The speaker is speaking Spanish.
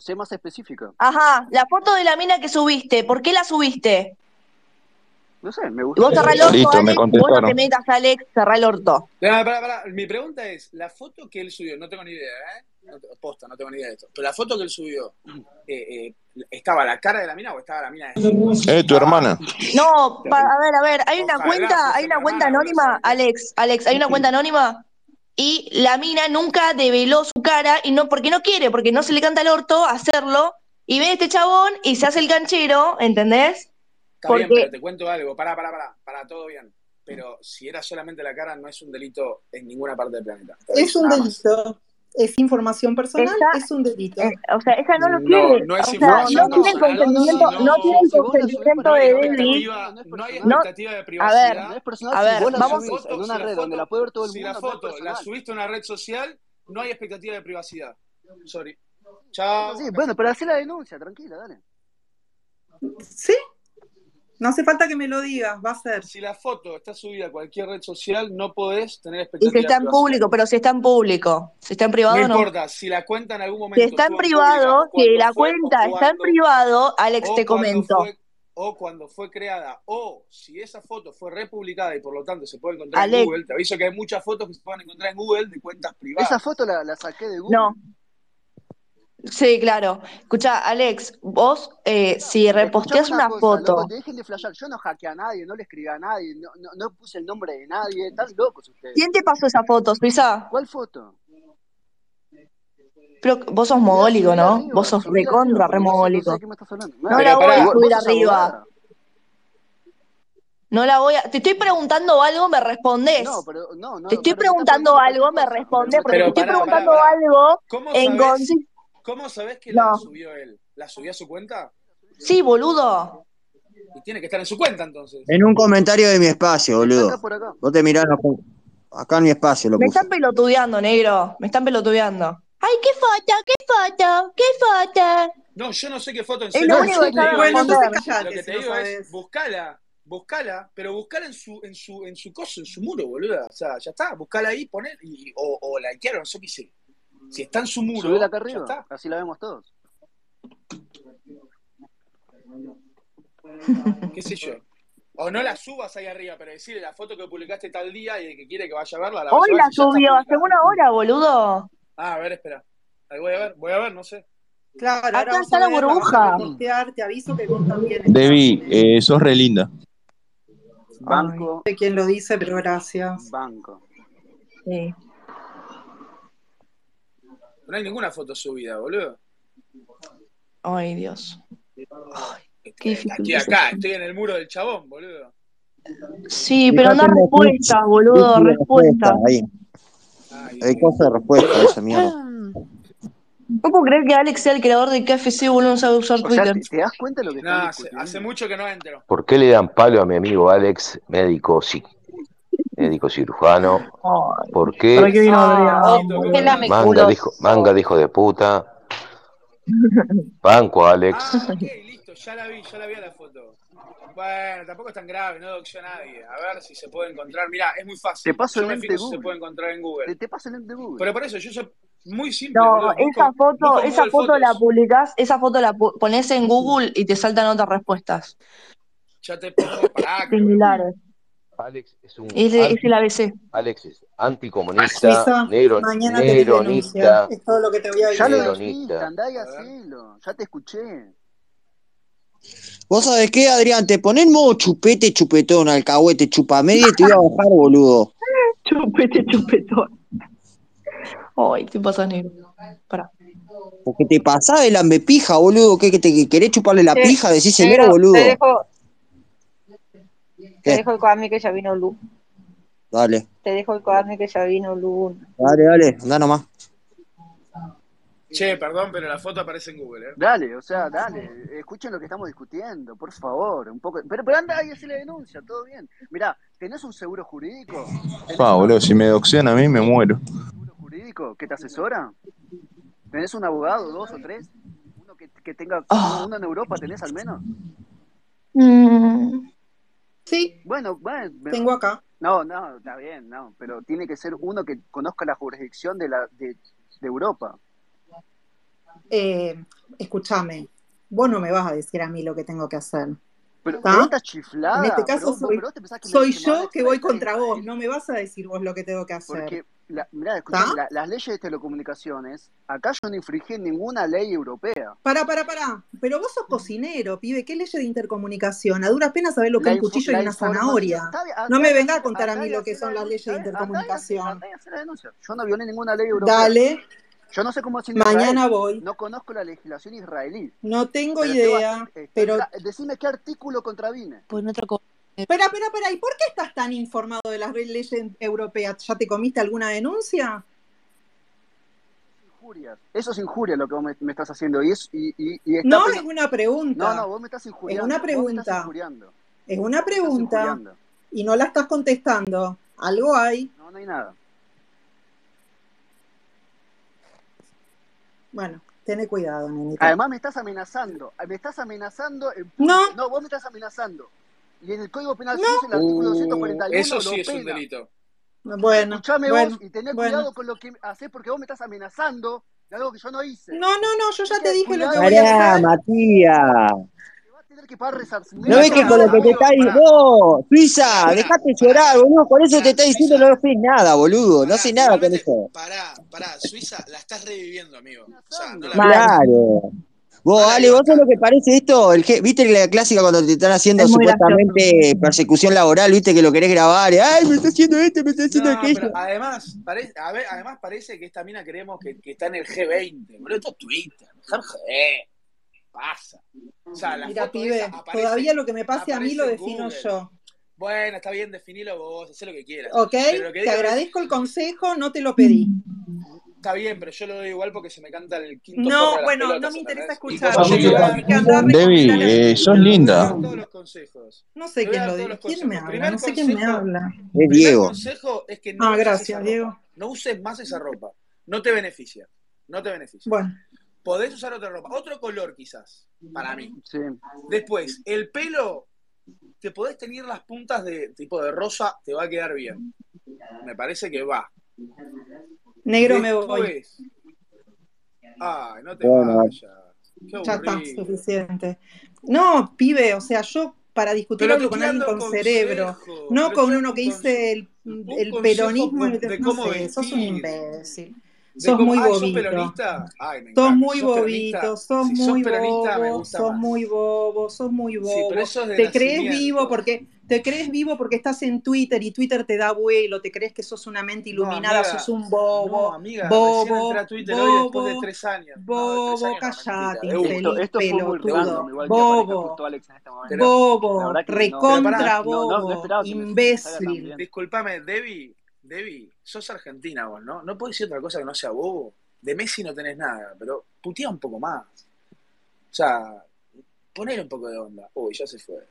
Sé más específica. Ajá, la foto de la mina que subiste, ¿por qué la subiste? No sé, me Y gustó. Vos cerrá el orto, Eh, Listo, me Alex, vos no contestaron. te metas, Alex, cerrá el orto. Pará, pará, pará. Mi pregunta es, la foto que él subió, no tengo ni idea, ¿eh? No te- posta, no tengo ni idea de esto. Pero la foto que él subió, eh, eh, ¿estaba la cara de la mina o estaba la mina de... Eh, tu hermana. No, pa- a ver, a ver, hay una Ojalá cuenta, fuese hay una mi cuenta hermana, anónima, boludo. Alex, Alex, hay una cuenta anónima y la mina nunca develó su cara y no porque no quiere, porque no se le canta el orto hacerlo y ve a este chabón y se hace el canchero, ¿entendés? Está ¿Por bien, qué? pero te cuento algo. Pará, pará, pará. Pará, todo bien. Pero si era solamente la cara, no es un delito en ninguna parte del planeta. Está Es bien, un nada más. delito. Es información personal, Está- es un delito. Eh, O sea, ella no lo No, quiere. no o es sea, información no tienen personal, consentimiento, no, no tienen si vos la subís consentimiento por ahí, de no hay David. expectativa- No es No hay personal. expectativa de ver, privacidad. No es personal. A si ver, vos la vamos- subís en si una la red foto- donde la puede ver todo el si mundo. la no es foto la personal. subiste a una red social, no hay expectativa de privacidad. Sorry. Chao. Sí, bueno, pero hacé la denuncia, tranquila, dale. ¿Sí? No hace falta que me lo digas, va a ser. Si la foto está subida a cualquier red social, no podés tener Y expectativa si está de en privacidad. público, pero si está en público, si está en No, privado no. importa, si la cuenta en algún momento. Si está en estuvo privado, pública, si cuando la fue, cuenta o está en cuando- privado, Alex o te cuando comento. fue- o cuando fue creada, o si esa foto fue republicada y por lo tanto se puede encontrar Alex. en Google, te aviso que hay muchas fotos que se pueden encontrar en Google de cuentas privadas. Esa foto la, la saqué de Google. No. Sí, claro. Escucha, Alex, vos eh, si reposteas Escuchame una, cosa, foto, Loco, dejen de flashear. Yo no hackeé a nadie, no le escribí a nadie, no, no, no puse el nombre de nadie. Están locos ustedes. ¿quién te pasó esa foto, Suiza? ¿Cuál foto? Pero vos sos mogólico, Subila ¿no? arriba, Vos sos subila recontra, arriba, porque no re sé- No sé mogólico. de qué me estás hablando. No Pero la voy pará, a vos subir sos arriba. abogada. No la voy a. Te estoy preguntando algo, me respondés. No, pero no, no. te estoy pero me estás preguntando preguntando algo, me cualquier cosa. respondés, porque Pero te estoy pará, preguntando pará, pará. algo ¿Cómo en sabés, consi- cómo sabés que No. la subió él? ¿La subió a su cuenta? Sí, boludo. Y tiene que estar en su cuenta entonces. En un comentario de mi espacio, Acá boludo. por acá. Vos te mirás, lo pu- acá en mi espacio lo Me puse. están pelotudeando, negro. Me están pelotudeando. Ay, qué foto, qué foto, qué foto. No, yo no sé qué foto en Es lo serio. único que Yo te sabe digo, Bueno, entonces lo que callate, te si no digo sabes. es, buscala, buscala, pero buscala en su, en su, en su coso, en su muro, boluda. O sea, ya está, buscala ahí, poner, y, o, o likeala, no sé qué sé. Si está en su muro, Subila acá ya arriba. está. Así la vemos todos. qué sé yo. O no la subas ahí arriba, pero decirle la foto que publicaste tal día y el que quiere que vaya a verla, la va a Hoy llevar la si ya está subió, hace publicada. una hora, boludo. Ah, a ver, espera. Ahí voy a ver, voy a ver, no sé. Claro, Acá ahora vas está a la ver, vas burbuja. a postear, te aviso que vos también. estás. Debbie, eh, sos re linda. Banco, No sé quién lo dice, pero gracias. banco. Sí. No hay ninguna foto subida, boludo. Ay, Dios. Qué Este, difícil Aquí que acá, sea. estoy en el muro del chabón, boludo. Sí, pero no Fíjate en la respuestas, Sí, boludo, sí, respuestas. Ahí, Ay, hay cosas de respuesta esa mierda. No puedo creer que Alex sea el creador de KFC, boludo, no sabe usar O sea, Twitter. Pues ¿te, te das cuenta de lo que no, están hace, discutiendo? hace mucho que no entro. ¿Por qué le dan palo a mi amigo Alex, médico, ci- médico cirujano? Ay, ¿Por ¿Para qué qué vino Ah, Adrián? Listo, ¿por qué qué bueno. lame manga culos? dijo, manga dijo de puta? Banco, Alex. Ah, ok, listo, ya la vi, ya la vi a la foto. Bueno, tampoco es tan grave, no doxió a nadie. A ver si se puede encontrar. Mirá, es muy fácil. Te paso Yo el me link fijo de si se Google. puede encontrar en Google. Te, te paso el link de Google. Pero por eso, yo soy muy simple. No, boludo. Busco- esa foto, busco en esa Google foto la fotos. publicás, esa foto la pu- pones en Google y te saltan otras respuestas. Ya te pongo para Similares. Alex es un Es, de- es el ABC. Alex Ah, es Suiza, anticomunista, negro, mañana te denuncio. neronista. Es todo lo que te voy a ya decir. lo Peronista. dijiste, andá y A ver. hacelo. Ya te escuché. ¿Vos sabés qué, Adrián? Te ponen modo chupete, chupetón, alcahuete, chupamedia y te voy a bajar, boludo. Chupete, chupetón. Ay, te pasas negro. Pará. Porque te pasás de lambepija, boludo. ¿Qué, que te que querés chuparle la Sí, pija? Decíselo, Negro, boludo. Te dejo, te ¿Qué? dejo el cuadro que ya vino Lu. Dale, Te dejo el cuadro que ya vino Lu. dale, dale. Andá nomás. Che, perdón, pero la foto aparece en Google, ¿eh? Dale, o sea, dale, escuchen lo que estamos discutiendo, por favor, un poco. Pero, pero anda y hace la denuncia, todo bien. Mirá, ¿tenés un seguro jurídico? ¿Tenés Pa, un boludo, si me doxean a mí me muero. seguro jurídico que te asesora? ¿Tenés un abogado, dos o tres? ¿Uno que, que tenga, Ah. uno en Europa tenés al menos? Mm, Sí, Bueno, bueno, me- tengo acá. no, no, está bien, no, pero tiene que ser uno que conozca la jurisdicción de, la, de, de Europa. eh, escúchame, vos no me vas a decir a mí lo que tengo que hacer. Pero, ¿Está? pero estás chiflada. ¿Ah? En este caso pero vos- soy- pero vos te pensás que me- Soy que me yo hablas que voy claramente. contra vos, no me vas a decir vos lo que tengo que hacer. Porque, la, mirá, escuchame, ¿Está? la- las leyes de telecomunicaciones, acá yo no infringí ninguna ley europea. Pará, pará, pará. Pero vos sos cocinero, pibe. ¿Qué leyes de intercomunicación? A duras penas sabés lo que La es un info- cuchillo y la una información- zanahoria. Está bien, No acá me hay- venga a contar a acá mí hay lo hacer que son la las leyes de denuncia, ¿eh? Acá hay hacer- intercomunicación. acá hay hacer la denuncia. Yo no violé ninguna ley europea. Dale, Yo no sé cómo es en Israel. mañana voy. No conozco la legislación israelí. No tengo pero estoy idea, bastante- estoy pero... tra- Decime qué artículo contravine. Pues en otro co- Espera, espera, espera. ¿Y por qué estás tan informado de las leyes europeas? ¿Ya te comiste alguna denuncia? Injurias. Eso es injuria lo que vos me, me estás haciendo. Y es, y, y, y está No, pena- es una no, no, pregunta. vos me estás injuriando. una Vos me estás pregunta. injuriando. Es una Estás pregunta injuriando. y no la estás contestando. Algo hay. No, no hay nada. Bueno, tené cuidado, nenita. Además me estás amenazando. Me estás amenazando. En... No. No, vos me estás amenazando. Y en el Código Penal Suizo, el artículo Uh, 241 eso sí lo es un pena. delito. Bueno, Escuchame bueno, vos y tené bueno. cuidado con lo que haces porque vos me estás amenazando de algo que yo no hice. No, no, no, yo ya Así te que dije lo que cuidado. voy a Pará, hacer. Matías. Te vas a tener que pagar resarcimiento. ¿No ves que con lo que te está diciendo? ¡No! Suiza, Pará, dejate pará, llorar, boludo. Con eso pará, te está diciendo Suiza. no haces nada, boludo. No Pará, haces nada con igualmente, eso. Pará, pará, Suiza la estás reviviendo, amigo. O sea, no la Mal. Claro. Vos, Ahora Ale, iba vos sos acá. lo que parece esto, el je- viste la clásica cuando te están haciendo Es muy supuestamente persecución laboral, viste que lo querés grabar, y, ay, me está haciendo esto, me está haciendo No, aquello. pero además, parece, a ver, además parece que esta mina creemos que, que está en el G20. Boludo, esto es Twitter. Mujer, joder, pasa. O sea, la Mira, foto esa pibe, aparece. todavía lo que me pase a mí lo aparece en defino Google. yo. Bueno, está bien, definilo vos, hacé lo que quieras. ¿Ok? Pero lo Te que digo es, agradezco el consejo, no te lo pedí. está bien, pero yo lo doy igual porque se me canta el quinto forro de No, las bueno, no pelotas, me interesa ¿entendés? Y escuchar. como Vamos, yo te Yo voy a te mira. dar, dije, andá a recomendar a Debbie, eh, alguien. sos te voy a dar linda. todos los consejos. No Te sé voy a quién dar lo todos dijo. los ¿Quién me consejos. habla? Primer No sé quién me consejo, habla. Es Primer Diego. consejo es que no Ah, uses esa gracias, ropa. Diego. No uses más esa ropa. No te beneficia. No te beneficia. Bueno, Podés usar otra ropa. Otro color quizás, para mí. Sí. Después, el pelo, te podés tener las puntas de tipo de rosa, te va a quedar bien. Me parece que va. negro me voy. Después, ay, no te Bueno, vayas. Qué Ya está, aburrido. suficiente. No, pibe, o sea, yo para discutir Pero te hablo con estoy alguien dando con cerebro, consejo. no Pero te con estoy uno dando que un consejo. dice el, un el consejo peronismo, con- y de te- no cómo sé, sos un vestir. imbécil. De Sos cómo, muy ay, Ah, ¿sos bobito. peronista? Ay, me Sos encanta. muy ¿Sos peronista? bobito, sos Si sos muy peronista, me bobo, gusta sos muy más. bobo, sos muy Sí, pero bobo. eso es de Te crees vivo nacimiento. porque te crees vivo porque estás en Twitter y Twitter te da vuelo, te crees que sos una mente No, iluminada, sos amiga. un No, bobo, amiga. Recién entré a bobo, Twitter hoy después de bobo, tres años. No, de tres bobo, años no, mentira. callate, De uno. Esto, infeliz esto fue muy De random, uno. pelotudo, igual que aparezca bobo, justo Alex en este Pero, momento. La bobo, verdad que no, pero pará. recontra no, no, no bobo, esperaba que me, que me salga tan imbécil. bien. Disculpame, Debbie. Debbie, sos argentina vos, ¿no? No podés decir otra cosa que no sea bobo. De Messi no tenés nada, pero putea un poco más. O sea, poner un poco de onda. Uy, ya se fue.